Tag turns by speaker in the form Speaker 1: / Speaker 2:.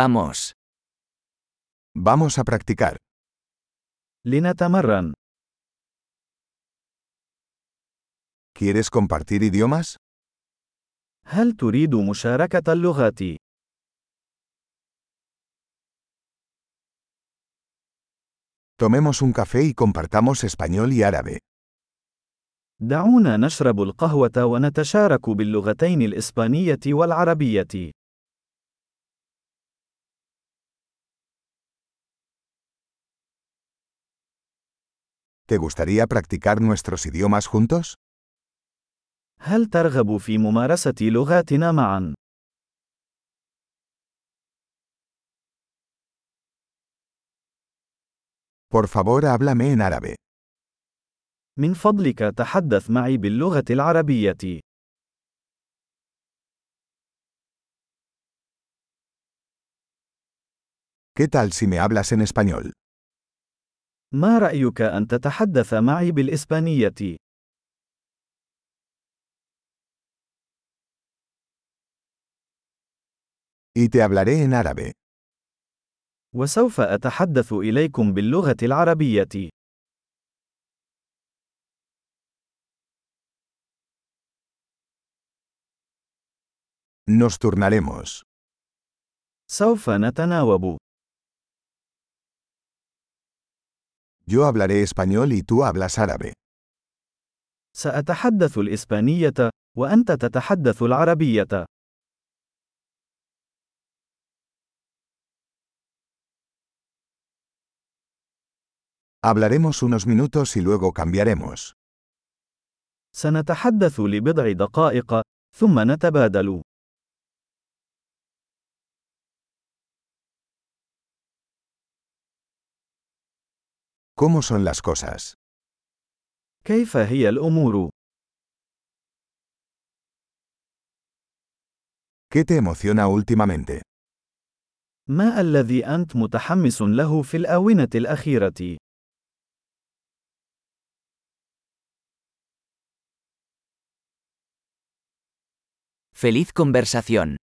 Speaker 1: Vamos.
Speaker 2: Vamos a practicar.
Speaker 3: لنتمرن.
Speaker 2: ¿Quieres compartir idiomas?
Speaker 3: هل تريد مشاركة اللغات؟
Speaker 2: Tomemos un café y compartamos español y árabe.
Speaker 3: دعونا نشرب القهوة ونتشارك باللغتين الإسبانية والعربية.
Speaker 2: ¿Te gustaría practicar nuestros idiomas juntos?
Speaker 3: هل ترغب في ممارسة لغاتنا معا؟
Speaker 2: Por favor, háblame en árabe.
Speaker 3: من فضلك تحدث معي باللغة العربية.
Speaker 2: ¿Qué tal si me hablas en español?
Speaker 3: ما رأيك أن تتحدث معي بالإسبانية؟
Speaker 2: Y te hablaré en árabe.
Speaker 3: وسوف أتحدث إليكم باللغة العربية.
Speaker 2: Nos turnaremos.
Speaker 3: سوف نتناوب.
Speaker 2: Yo hablaré español y tú hablas árabe.
Speaker 3: سأتحدث الإسبانية، وأنت تتحدث العربية.
Speaker 2: Hablaremos unos minutos y luego cambiaremos.
Speaker 3: سنتحدث لبضع دقائق، ثم نتبادل.
Speaker 2: ¿Cómo son las cosas?
Speaker 3: كيف هي الأمور؟
Speaker 2: ¿Qué te emociona últimamente?
Speaker 3: ما الذي أنت متحمس له في الآونة الأخيرة؟
Speaker 1: Feliz conversación.